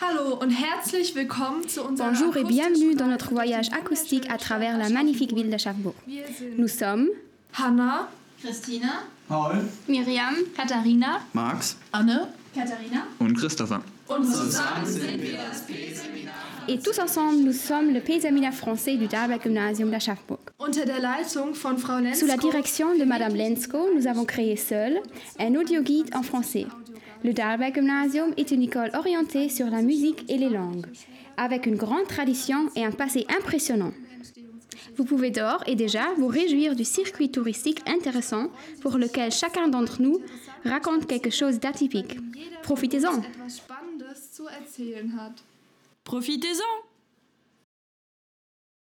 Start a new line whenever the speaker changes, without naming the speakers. Hallo und herzlich willkommen zu unserem
Bonjour et bienvenue dans notre voyage acoustique à travers la magnifique ville de Charbourg.
Wir sind
Nous sommes
Hanna,
Christina,
Paul,
Miriam, Katharina,
Max
Anne,
und Christopher.
und zusammen sind wir
et tous ensemble nous sommes le Paysamina français du Darba Gymnasium de Charbourg.
unter der Leitung von Frau
Sous la
Lensko.
direction de Madame Lensko, nous avons créé seul un audioguide en français. Le Darba Gymnasium est une école orientée sur la musique et les langues, avec une grande tradition et un passé impressionnant. Vous pouvez d'ores et déjà vous réjouir du circuit touristique intéressant pour lequel chacun d'entre nous raconte quelque chose d'atypique. Profitez-en!
etwas Spannendes zu erzählen hat.
Profitez-en